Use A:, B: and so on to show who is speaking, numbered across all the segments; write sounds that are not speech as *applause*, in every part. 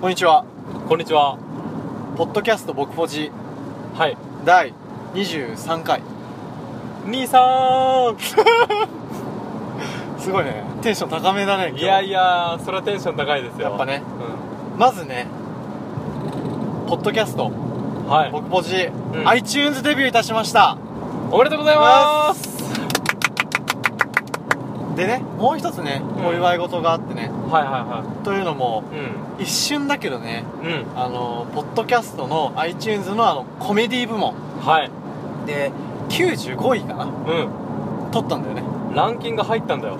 A: こんにちは。
B: こんにちは。
A: ポッドキャスト僕ポジ
B: はい。
A: 第23回。
B: 兄さ
A: すごいね。テンション高めだね、今
B: ん。*laughs* い
A: 日
B: やいや、それはテンション高いですよ。
A: やっぱね。まずね、ポッドキャスト
B: うん。はい。
A: 僕ポジ、
B: ん
A: iTunes デビューいたしました。
B: おめでとうございます。
A: でね、もう一つね、
B: ん
A: お祝い事があってね。
B: はいは
A: というのも、
B: いはい。う
A: 一瞬だけどね、
B: ん。うん。
A: あの、ポッドキャストの iTunes のあの、コメディ部門
B: はい。
A: で、95位かな取ったんだよね。
B: うん。ランキング入ったんだよ。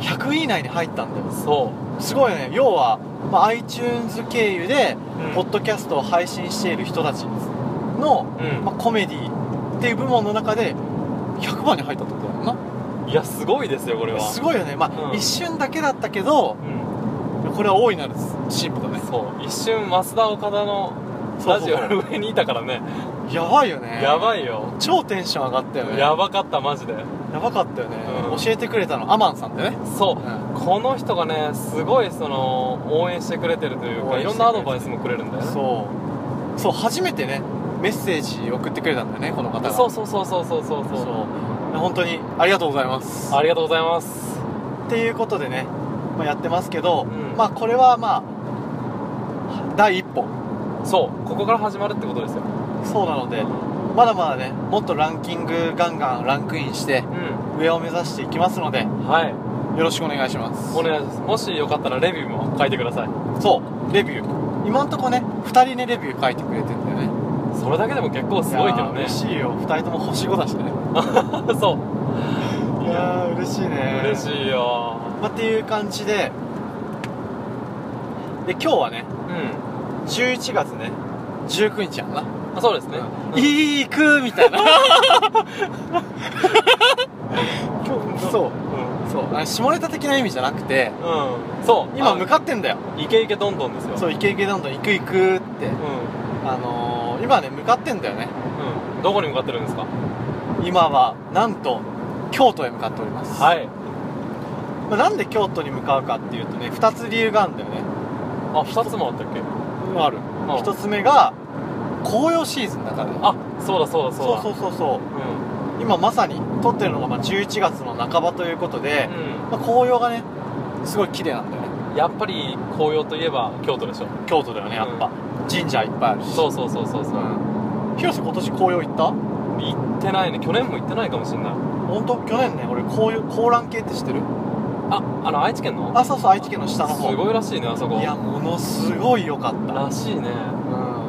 A: 100位以内に入ったんだよ。
B: そ
A: すごいね要は、まあ、iTunes 経由で、
B: うん
A: ポッドキャストを配信している人たちの、
B: う。うん
A: まあ、。コメディっていう部門の中で100番に入ったってことだよ
B: いや、すごいですよ、これは。
A: なすごいよねまあ、
B: うん
A: 一瞬だけだったけど
B: うん。
A: これは大いなる進歩だね
B: そう。一瞬、増田岡田の
A: そう
B: ラ
A: そう
B: ジオの上にいたからね。
A: やばいよね
B: や
A: い
B: ばいよ。
A: 超テンション上がったよね
B: やばかった、マジで。
A: やばかったよね、
B: うん
A: 教えてくれたのアマンさんでね、
B: そう
A: う。ん、
B: この人がねすごいその応援してくれてるという
A: 応
B: か
A: 援してくれてる
B: いろんなアドバイスもくれるんだよね
A: そうそう初めてねメッセージ送ってくれたんだよねこの方が
B: そうそうそうそうそうそ
A: そ
B: う
A: う
B: そ
A: 本当にありがとうございます
B: うありがとうございます
A: っていうことでね、まあ、やってますけど、
B: うん
A: まあこれはまあ第一歩
B: そうここから始まるってことですよ
A: そうなのでまだまだねもっとランキングガンガンランクインして
B: う
A: 上を目指していきますのでよ
B: んはい
A: ろしくお願いします
B: お願いしますもしよかったらレビューも書いてください
A: そうレビュー今んとこね2人ねレビュー書いてくれてんだよね
B: それだけでも結構すごいけど
A: やー
B: ね
A: 嬉しいよ2人とも星5出してね
B: *laughs* そう
A: いやー嬉しいね
B: 嬉しいよ
A: まあ、っていう感じでで今日はね
B: うん
A: 11月ね19日やんな
B: あそうですねい
A: いいくみたいなそう
B: うん
A: そうあ下ネタ的な意味じゃなくて
B: うんそう
A: 今
B: あ
A: 向かってんだよ
B: イケイケどんどんですよ
A: そうイケイケどんどん行く行くって
B: うん
A: あのー、今ね向かってんだよね
B: うんどこに向かってるんですか
A: 今はなんと京都へ向かっております、
B: はい
A: まあなんで京都に向かうかっていうとね2つ理由があるんだよね
B: あ二つもあったっけ
A: ある1つ目が紅葉シーズンだからね
B: あそうだそうだそう
A: そ
B: だ
A: うそうそうそう
B: うんうん
A: 今まさに撮ってるのがまあ11月の半ばということで、まあ、紅葉がねすごい綺麗なんだよね
B: やっぱり紅葉といえば京都でしょ
A: 京都だよねやっぱ、神社いっぱいあるし
B: そうそうそうそうそうう、
A: ん広瀬今年紅葉行った
B: 行ってないね去年も行ってないかもしんない
A: 本当去年ね俺紅葉紅蘭系って知ってる
B: ああの愛知県の
A: あそうそう愛知県の下の方
B: すごいらしいねあそこ
A: いやものすごい良かった
B: らしいね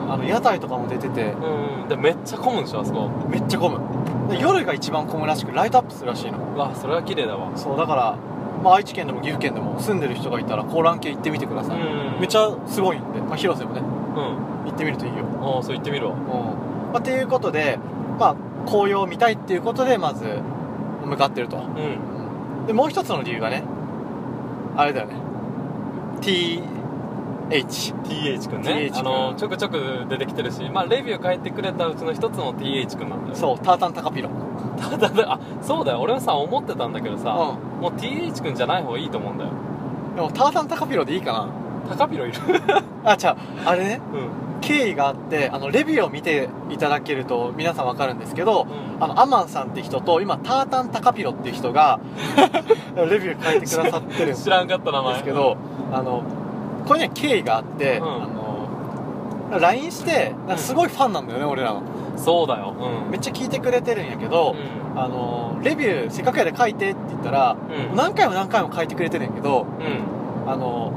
A: うんあの屋台とかも出てて
B: うんでめっちゃ混むんでしょあそこ
A: めっちゃ混むで夜が一番混むらしくライトアップするらしいの
B: うわそれは綺麗だわ
A: そうだから、まあ、愛知県でも岐阜県でも住んでる人がいたら紅蘭系行ってみてくだ
B: う
A: さい、
B: ん
A: めっちゃすごいんで、まあ、広瀬もね
B: うん
A: 行ってみるといいよ
B: ああそう行ってみるわ
A: うんまあ、っていうことで、まあ、紅葉を見たいっていうことでまず向かってると
B: うん
A: でもう一つの理由がねあれだよね TH
B: TH
A: TH
B: 君ね
A: 君
B: あのちょくちょく出てきてるしまあレビュー書いてくれたうちの一つも TH 君なんだよ
A: そうタータンタカピロン
B: *laughs* ただだあそうだよ俺はさ思ってたんだけどさ、
A: う
B: もう TH 君じゃない方がいいと思うんだよ
A: んでもタータンタカピロでいいか
B: 高ピロいる
A: なあ違うあれね
B: うん
A: 経緯があってあのレビューを見ていただけると皆さんわかるんですけどあのアマンさんって人と今タータンタカピロっていう人がレビュー書いてくださってるんで
B: 知らんかった名前
A: ですけどあのこれには経緯があって、
B: うん
A: あの LINE してなんかすごいファンなんだよね、俺らの
B: そうだようん
A: めっちゃ聞いてくれてるんやけど、あのレビューせっかくやで書いてって言ったら
B: うん
A: 何回も何回も書いてくれてるんやけど
B: うんうん
A: あの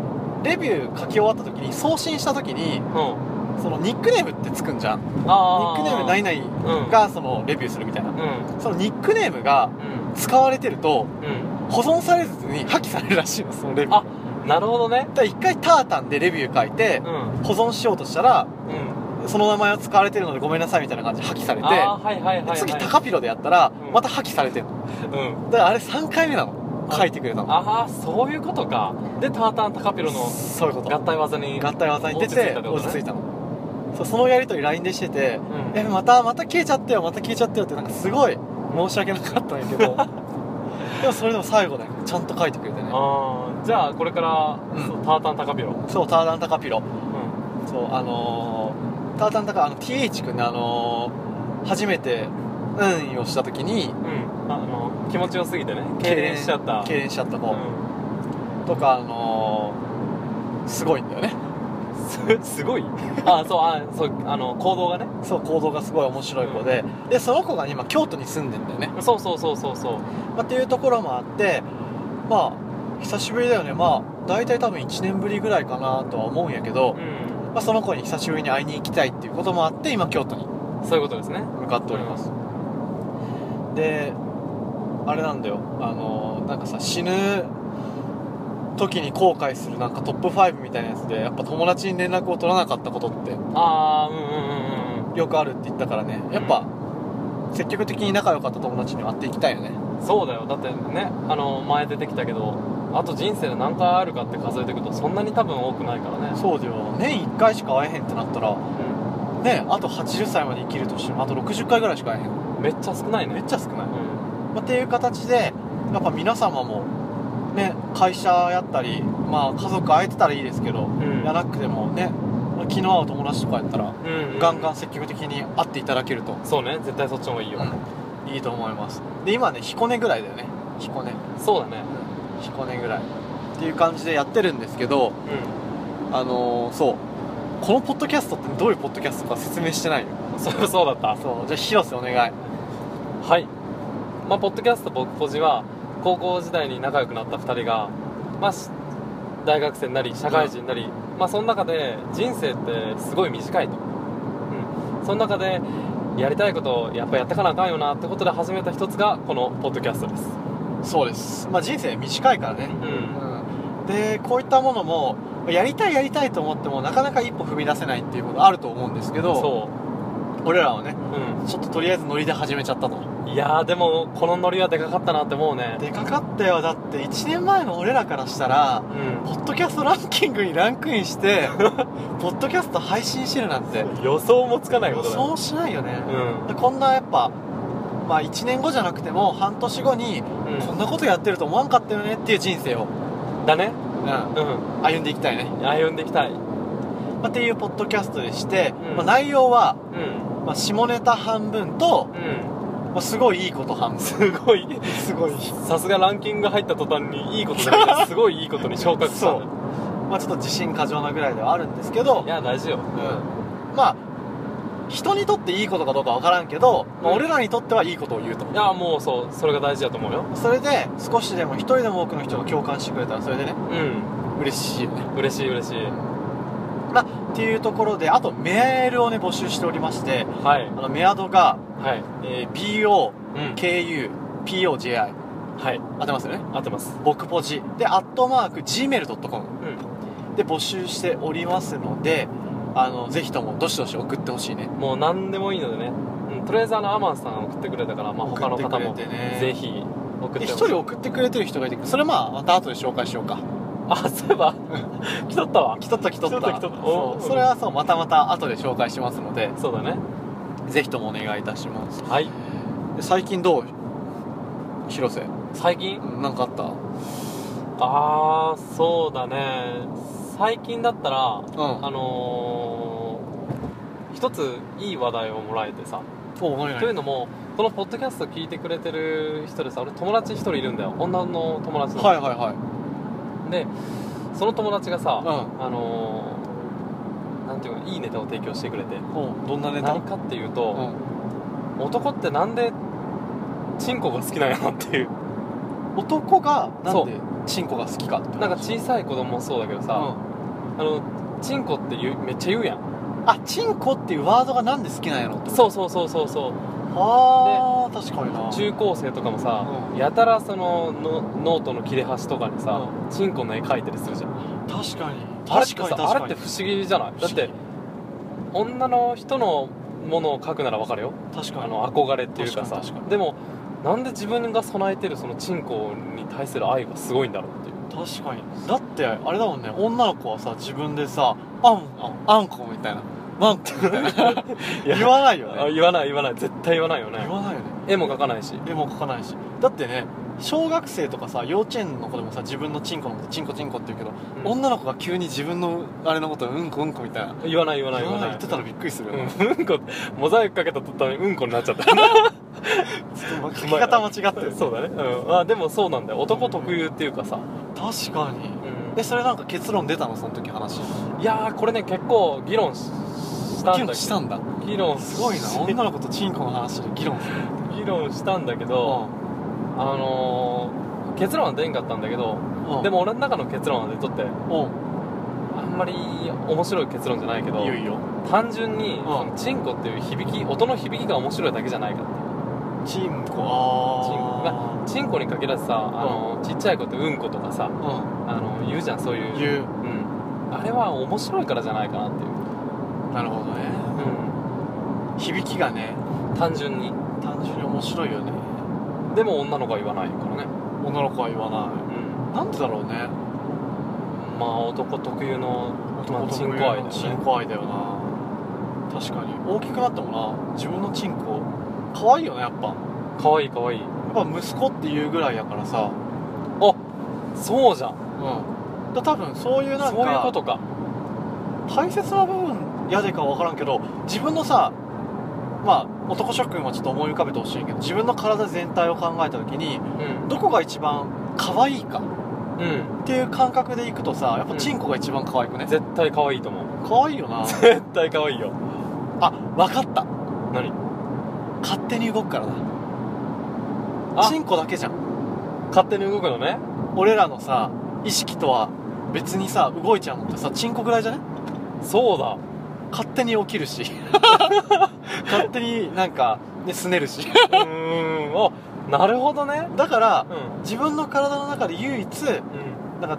A: レビュー書き終わった時に送信した時に
B: うん
A: そのニックネームってつくんじゃんニッ
B: ああ
A: クネーム何々がそのレビューするみたいな
B: うんうん
A: そのニックネームが使われてると
B: うん
A: 保存されずに破棄されるらしいのそのレビュー
B: あうんなるほどね
A: だから一回タータンでレビュー書いて
B: うんうん
A: 保存しようとしたらその名前を使われてるのでごめんなさいみたいな感じで破棄されて
B: ああはいはいはい、はい、
A: 次タカピロでやったら
B: うん
A: また破棄されてるの
B: うん
A: だからあれ3回目なの
B: あ
A: 書いてくれたの
B: ああそういうことかでタータンタカピロの
A: そういうこと
B: 合体技に
A: 合体技に出て落
B: 落
A: ち
B: ち
A: 着
B: 着
A: い
B: い
A: たのそうそのやり取り LINE でしてて「
B: うん
A: えまたまた消えちゃったよまた消えちゃったよ」ってなんかすごい申し訳なかったんやけ
B: *laughs*
A: どでもそれでも最後ねちゃんと書いてくれてね
B: ああじゃあこれから、
A: うん
B: そうタータンタカピロ
A: そうターダンタカピロ
B: うん
A: そうあのータータンタカあの TH 君ねあのー初めてうんをした時に
B: うんあの気持ちよすぎてね
A: 経
B: 痙攣しちゃった
A: 痙攣しちゃった
B: う
A: の、とかあのーすごいんだよね
B: んす *laughs* すごいあそうあそうあの行動がね
A: そう行動がすごい面白い子で、でその子が今京都に住んでんだよね、
B: そうそうそうそうそう
A: まあ、っていうところもあってまあ久しぶりだよねまあ大体多分1年ぶりぐらいかなとは思うんやけど、
B: う
A: まあ、その子に久しぶりに会いに行きたいっていうこともあって今京都に
B: んそういうことですね
A: 向かっております、であれなんだよあのなんかさ死ぬ時に後悔するなんかトップ5みたいなやつでやっぱ友達に連絡を取らなかったことって
B: ああうんうんうん
A: よくあるって言ったからねやっぱ積極的に仲良かった友達には会っていきたいよね
B: うんそうだよだってねあの前出てきたけどあと人生で何回あるかって数えていくとそんなに多分多くないからね
A: そうだよ年1回しか会えへんってなったら
B: う
A: ねあと80歳まで生きるとしてもあと60回ぐらいしか会えへん
B: んめっちゃ少ない
A: めっ
B: ね
A: ちゃ少ない、ま
B: う
A: あっていう形でやっぱ皆様もね会社やったりまあ家族会えてたらいいですけど
B: んうん
A: やらなくてもね気の合う友達とかやったら
B: うん
A: ガン
B: ン
A: ガン積極的に会っていただけると、
B: そうね絶対そっちの方がいいよ
A: うんいいと思いますで今ね彦根ぐらいだよね彦根
B: そうだね
A: 彦根ぐらいっていう感じでやってるんですけど
B: う
A: あのーそうこのポッドキャストってどういうポッドキャストか説明してないよ
B: んそう *laughs* そうだった
A: そうじゃあ広瀬お願い
B: はい、まあ、ポッドキャスト「僕ポジ」は高校時代に仲良くなった2人が、まあ、し大学生になり社会人になり、まあ、その中で人生ってすごい短いと、うん、その中でやりたいことをやっぱやってかなあかんよなってことで始めた一つがこのポッドキャストです、
A: そうですまあ人生短いからね
B: う、ん、
A: うん、でこういったものもやりたいやりたいと思ってもなかなか一歩踏み出せないっていうことあると思うんですけど
B: そ
A: 俺らはね
B: う、う
A: ちょっととりあえずノリで始めちゃったと
B: ん、いやーでもこのノリはでかかったなって思うね
A: でかかったよだって1年前の俺らからしたら
B: うん
A: ポッドキャストランキングにランクインして *laughs* ポッドキャスト配信してるなんて
B: 予想もつかないことだ
A: そうしないよね
B: う、ん
A: でこんなやっぱまあ1年後じゃなくても半年後に
B: うん
A: こんなことやってると思わんかったよねっていう人生を、
B: だね
A: うん
B: うん
A: 歩んでいきたいね、
B: 歩んでいきたいうん
A: まあっていうポッドキャストでして、
B: うん
A: まあ、内容は、
B: う
A: まあ、下ネタ半分と、
B: ん
A: まあ、すごいいいこと半分 *laughs* す
B: すごい
A: ごい
B: さすがランキング入った途端にいいことじゃなくてすごいいいことに昇格した
A: *laughs* そ
B: ん
A: う
B: だ、
A: まあ、ちょっと自信過剰なぐらいではあるんですけど
B: いや大事よ
A: うんまあ人にとっていいことかどうかわからんけど、まあ
B: うん
A: 俺らにとってはいいことを言うと
B: いやもうそうそれが大事だと思うよ
A: それで少しでも一人でも多くの人が共感してくれたらそれでね
B: うん
A: 嬉しいよね
B: 嬉しい嬉しい
A: まあっていうところであとメールをね募集しておりまして
B: はい
A: あのメアドが、
B: はい
A: え
B: うん
A: BOKUPOJI
B: はい
A: 当てますよね
B: 合ってます
A: 僕ポジでアットマーク Gmail.com
B: うん
A: で募集しておりますのであのぜひともどしどし送ってほしいね
B: もう何でもいいのでね、うん、とりあえずあのアマンさん送ってくれたから、まあ、他の方
A: 送っ
B: も
A: てくれてね
B: ぜひ送って
A: で
B: ほしい
A: 一人送ってくれてる人がいてそれまあまた後で紹介しようか
B: あそういえば *laughs* 来とったわ
A: 来とった来とった
B: 来とった来とった
A: そ
B: お
A: うそれはそうまたまた後で紹介しますので
B: そうだね
A: ぜひともお願いいたします
B: はい
A: で最近どう広瀬
B: 最近
A: なんかあった
B: ああそうだね最近だったら
A: うん
B: あのー、一ついい話題をもらえてさ、
A: お何
B: というのもこのポッドキャスト聞いてくれてる人でさ俺友達一人いるんだよ女の友達の、
A: はいはいはい
B: でその友達がさ、
A: う
B: あのー、なんていうかいいネタを提供してくれて
A: おどんなネタ
B: 何かっていう
A: う
B: と、
A: ん
B: 男ってなんでチンコが好きなんやなっていう
A: 男がな
B: そ
A: ん
B: う
A: でチンコが好きかって
B: なんか
A: チ
B: 小さい子供もそうだけどさ、あのチンコって言うめっちゃ言うやん
A: あチンコっていうワードがなんで好きなんやろって
B: そううそうそうそうそう
A: あー確かにな
B: 中高生とかもさ、
A: うん
B: やたらそののノートの切れ端とかにさ、チンコの絵描いたりするじゃん
A: 確かに
B: あれっ
A: 確
B: てさ
A: かに確
B: あ
A: かに
B: れって不思議じゃないだっ
A: 不
B: て女の人のものを描くならわかるよ
A: 確かに
B: あの憧れっていうか
A: 確
B: さ
A: かに確かに
B: でもなんで自分が備えてるそのチンコに対する愛がすごいんだろうっていう
A: 確かにだってあれだもんね女の子はさ自分でさあんあんあんこみたいなマンコみたい
B: *laughs*
A: な言わないよ
B: あ
A: ね
B: 言わない言わない絶対言わないよね
A: 言わないよね
B: 絵も描かないし
A: 絵も描かないしだってね小学生とかさ幼稚園の子でもさ自分のチンコのことチンコチンコって言うけど、
B: うん
A: 女の子が急に自分のあれのことうんこうんこみたいな
B: 言わない言わない言わない
A: 言ってたらびっくりするよ、ね
B: うんうんこモザイクかけた途端にうんこになっちゃった
A: ちょっと書き方間違ってる、
B: そうだね、うん、あでもそうなんだよ男特有っていうかさ、
A: 確かに
B: うん
A: えそれなんか結論出たのその時話
B: いやーこれね結構議論しした
A: 議
B: んだ
A: 論したんだ
B: 議論
A: すごいな
B: し
A: 女の子とチンコの話で議論する
B: 議論したんだけど、あのー、結論は出んかったんだけど、
A: うん
B: でも俺の中の結論は出とって
A: う
B: あんまり面白い結論じゃないけ
A: ん
B: ど
A: いいよいいよ
B: 単純に、
A: ん
B: そのチンコっていう響き音の響きが面白いだけじゃないかっていう
A: チンコあ
B: チンコまあチンコに限らずさ、あのちっちゃい子ってうんことかさ、
A: コが
B: あの言うじゃんそういう
A: うん言う
B: うん、あれは面白いからじゃないかなっていう、
A: なるほどね響きがね
B: 単純に
A: 単純に面白いよね
B: でも女の子は言わないからね、
A: 女の子は言わな
B: うん、
A: いなんでだろうね
B: まあ男特有のまあ、チンコ愛だよね
A: チンコ愛だよな確かに大きくなってもな自分のチンコ可愛いよねやっぱや
B: かわいいかわいい
A: っぱ息子っていうぐらいやからさ
B: あそうじゃん
A: うんだ多分そういうなん
B: そういうこ
A: か
B: とか
A: 大切な部分やでかは分からんけど自分のさまあ男諸君はちょっと思い浮かべてほしいけど自分の体全体を考えた時に
B: うん
A: どこが一番可愛いか
B: うん
A: っていう感覚でいくとさやっ
B: う
A: ぱ
B: ん
A: チンコが一番可愛くね、
B: 絶対可愛いと思う *laughs*
A: 可愛いよな
B: 絶対可愛いよ
A: あ分かった
B: 何
A: 勝手に動くからな
B: あ
A: チンコだけじゃん
B: 勝手に動くのね
A: 俺らのさ意識とは別にさ動いちゃうのってさチンコぐらいじゃね
B: そうだ
A: 勝手に起きる
B: *laughs*
A: し勝手になんかねすねるし
B: うーんあなるほどね
A: だから
B: うん
A: 自分の体の中で唯一
B: うん
A: なんか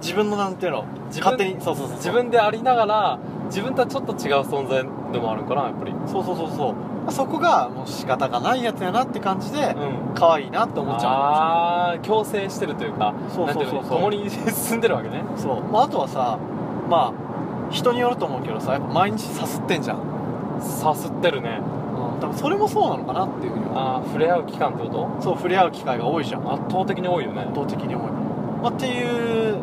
A: 自分のなんていうの
B: 自分
A: 勝手にそうそうそう
B: 自分でありながら自分とはちょっと違う存在でもあるからやっぱりう
A: そうそうそうそうまあそこがもう仕方がないやつやなって感じで
B: ん
A: 可愛いなって思っちゃ
B: ああ強制してるというか
A: うそう
B: なんて
A: そ
B: い
A: そ
B: うう
A: う
B: の
A: そう
B: 共に *laughs* 進んでるわけね
A: そう、まあ、あとはさまあ人によると思うけどさやっぱ毎日さすってんじゃん、
B: さすってるね
A: うん、多分それもそうなのかなっていうふうに思う
B: ああ触れ合う期間ってこと
A: そう触れ合う機会が多いじゃん
B: 圧倒的に多いよね
A: 圧倒的に多い、まあ、っていう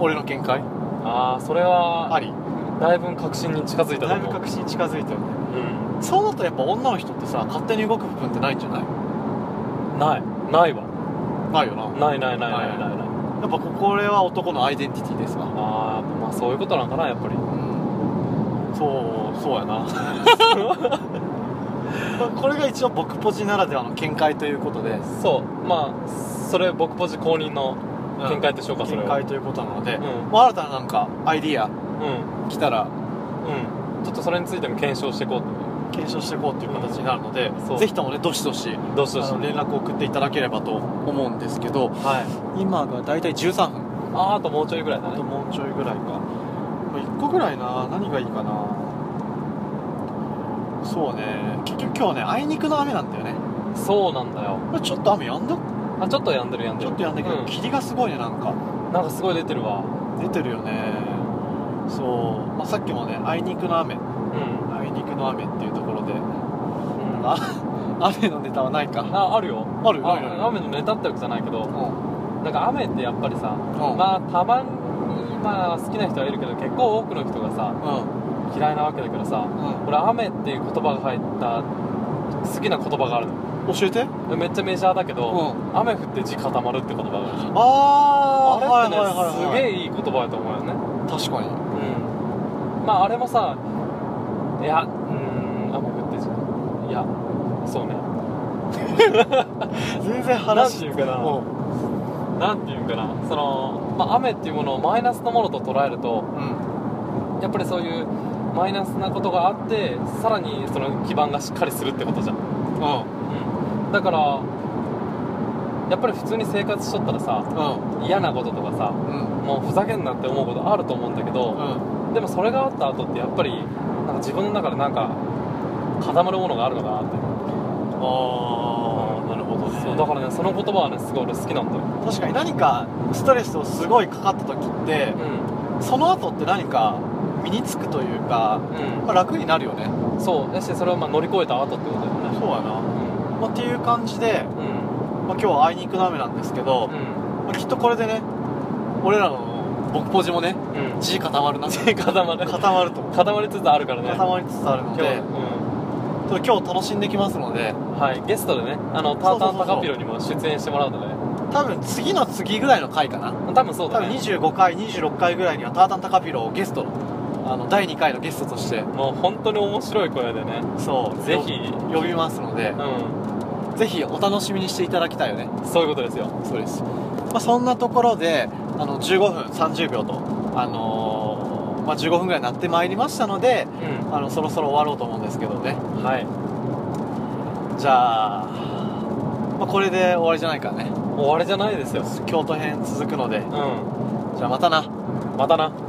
A: 俺の見解
B: ああそれは
A: あり
B: だいぶん確信に近づいたと
A: だいぶ
B: 思う
A: 確信近づいてるね
B: う
A: そうなるとやっぱ女の人ってさ勝手に動く部分ってないんじゃない
B: んないないわ
A: ないよなや
B: ないないないないないない
A: っぱここれは男のアイデンティティですわ
B: ああまあそういうことなんかなやっぱ
A: う
B: り
A: んそうそうやなまあ *laughs* これが一応僕ポジならではの見解ということで
B: そうまあそれ僕ポジ公認の見解でしょうかそれ
A: 見
B: は
A: 解ということなので、
B: うん
A: まあ、新たななんかアイディア
B: う
A: 来たら
B: んうんちょっとそれについても検証していこうと
A: 検証していこうっていう形になるので、
B: そう
A: ぜひともねどしどし
B: どうしどうし
A: あの連絡を送っていただければと思うんですけど
B: はい
A: 今が大体13分
B: あーあともうちょいぐらいだ
A: あと
B: ね
A: もうちょいぐらいか1個ぐらいな何がいいかなそうね結局今日ねあいにくの雨なんだよね
B: そうなんだよ
A: これちょっと雨やんだ
B: あちょっとやんでるやんで
A: ち
B: る
A: ょっとやんだけど、
B: うん
A: 霧がすごいねなんか
B: なんかすごい出てるわ
A: 出てるよねそう、まあ、さっきもねあいにくの雨
B: うん
A: あいにくの雨っていうところで
B: うんあ
A: あ *laughs* 雨のネタはないか
B: あるよ
A: あるない
B: あ雨のネタってわけじゃないけど
A: うん
B: なんか雨ってやっぱりさ
A: うん
B: まあたまにまあ好きな人はいるけど結構多くの人がさ
A: うん
B: 嫌いなわけだからさ俺雨っていう言葉が入った好きな言葉があるの
A: うん教えて
B: めっちゃメジャーだけ
A: う
B: ど、
A: ん
B: 雨降って地固まるって言葉があるでしょ
A: あー
B: あれってね、
A: はいはいはいはい
B: すげえいい言葉やと思うよね
A: 確かに
B: うんまああれもさいやうーん雨降って地いやそうね
A: 全然
B: 話
A: 話
B: なんていうかななんていうんかなその、まあ、雨っていうものをマイナスのものと捉えると
A: うん
B: やっぱりそういうマイナスなことがあってさらにその基盤がしっかりするってことじゃん
A: うん
B: だからやっぱり普通に生活しとったらさ
A: うん
B: 嫌なこととかさ
A: うん
B: もうふざけんなって思うことあると思うんだけど
A: うん
B: でもそれがあった後ってやっぱりなんか自分の中でなんか固まるものがあるのかなって
A: あーなるほど
B: そう
A: ね
B: だからねその言葉はねすごい俺好きなんだよ
A: 確かに何かストレスをすごいかかった時って
B: う
A: その後って何か身につくというか、まあ、楽になるよね
B: んうんそうだしそれをまあ乗り越えた後ってことだよね
A: そうやな、まあ、っていう感じで
B: うんうん
A: まあ、今日はあいにくの雨なんですけど、
B: う
A: まあ、きっとこれでね俺らの僕ポジもね
B: んうん
A: 地固まるな
B: 固まる
A: 固まると思う
B: 固まりつつあるからね
A: 固まりつつあるの
B: 今日、
A: でちょっと今日楽しんできますので
B: うん、はいゲストでねあのタータンタカピロにも出演してもらうので
A: 多分次の次ぐらいの回かな
B: 多分そう
A: 多
B: だ
A: 分
B: ね
A: 25回26回ぐらいにはタータンタカピロをゲストのあの第2回のゲストとして
B: もう本当に面白い声でね
A: そう
B: ぜひ
A: 呼びますので
B: う
A: ぜひお楽しみにしていただきたいよね
B: んそういうことですよ
A: そうです、まあ、そんなところであの15分30秒とあのーまあ、15分ぐらいになってまいりましたので
B: うん
A: あのそろそろ終わろうと思うんですけどね
B: はい
A: じゃあ、まあ、これで終わりじゃないからね
B: 終わりじゃないですよ
A: 京都編続くので
B: うん
A: じゃあまたな
B: またな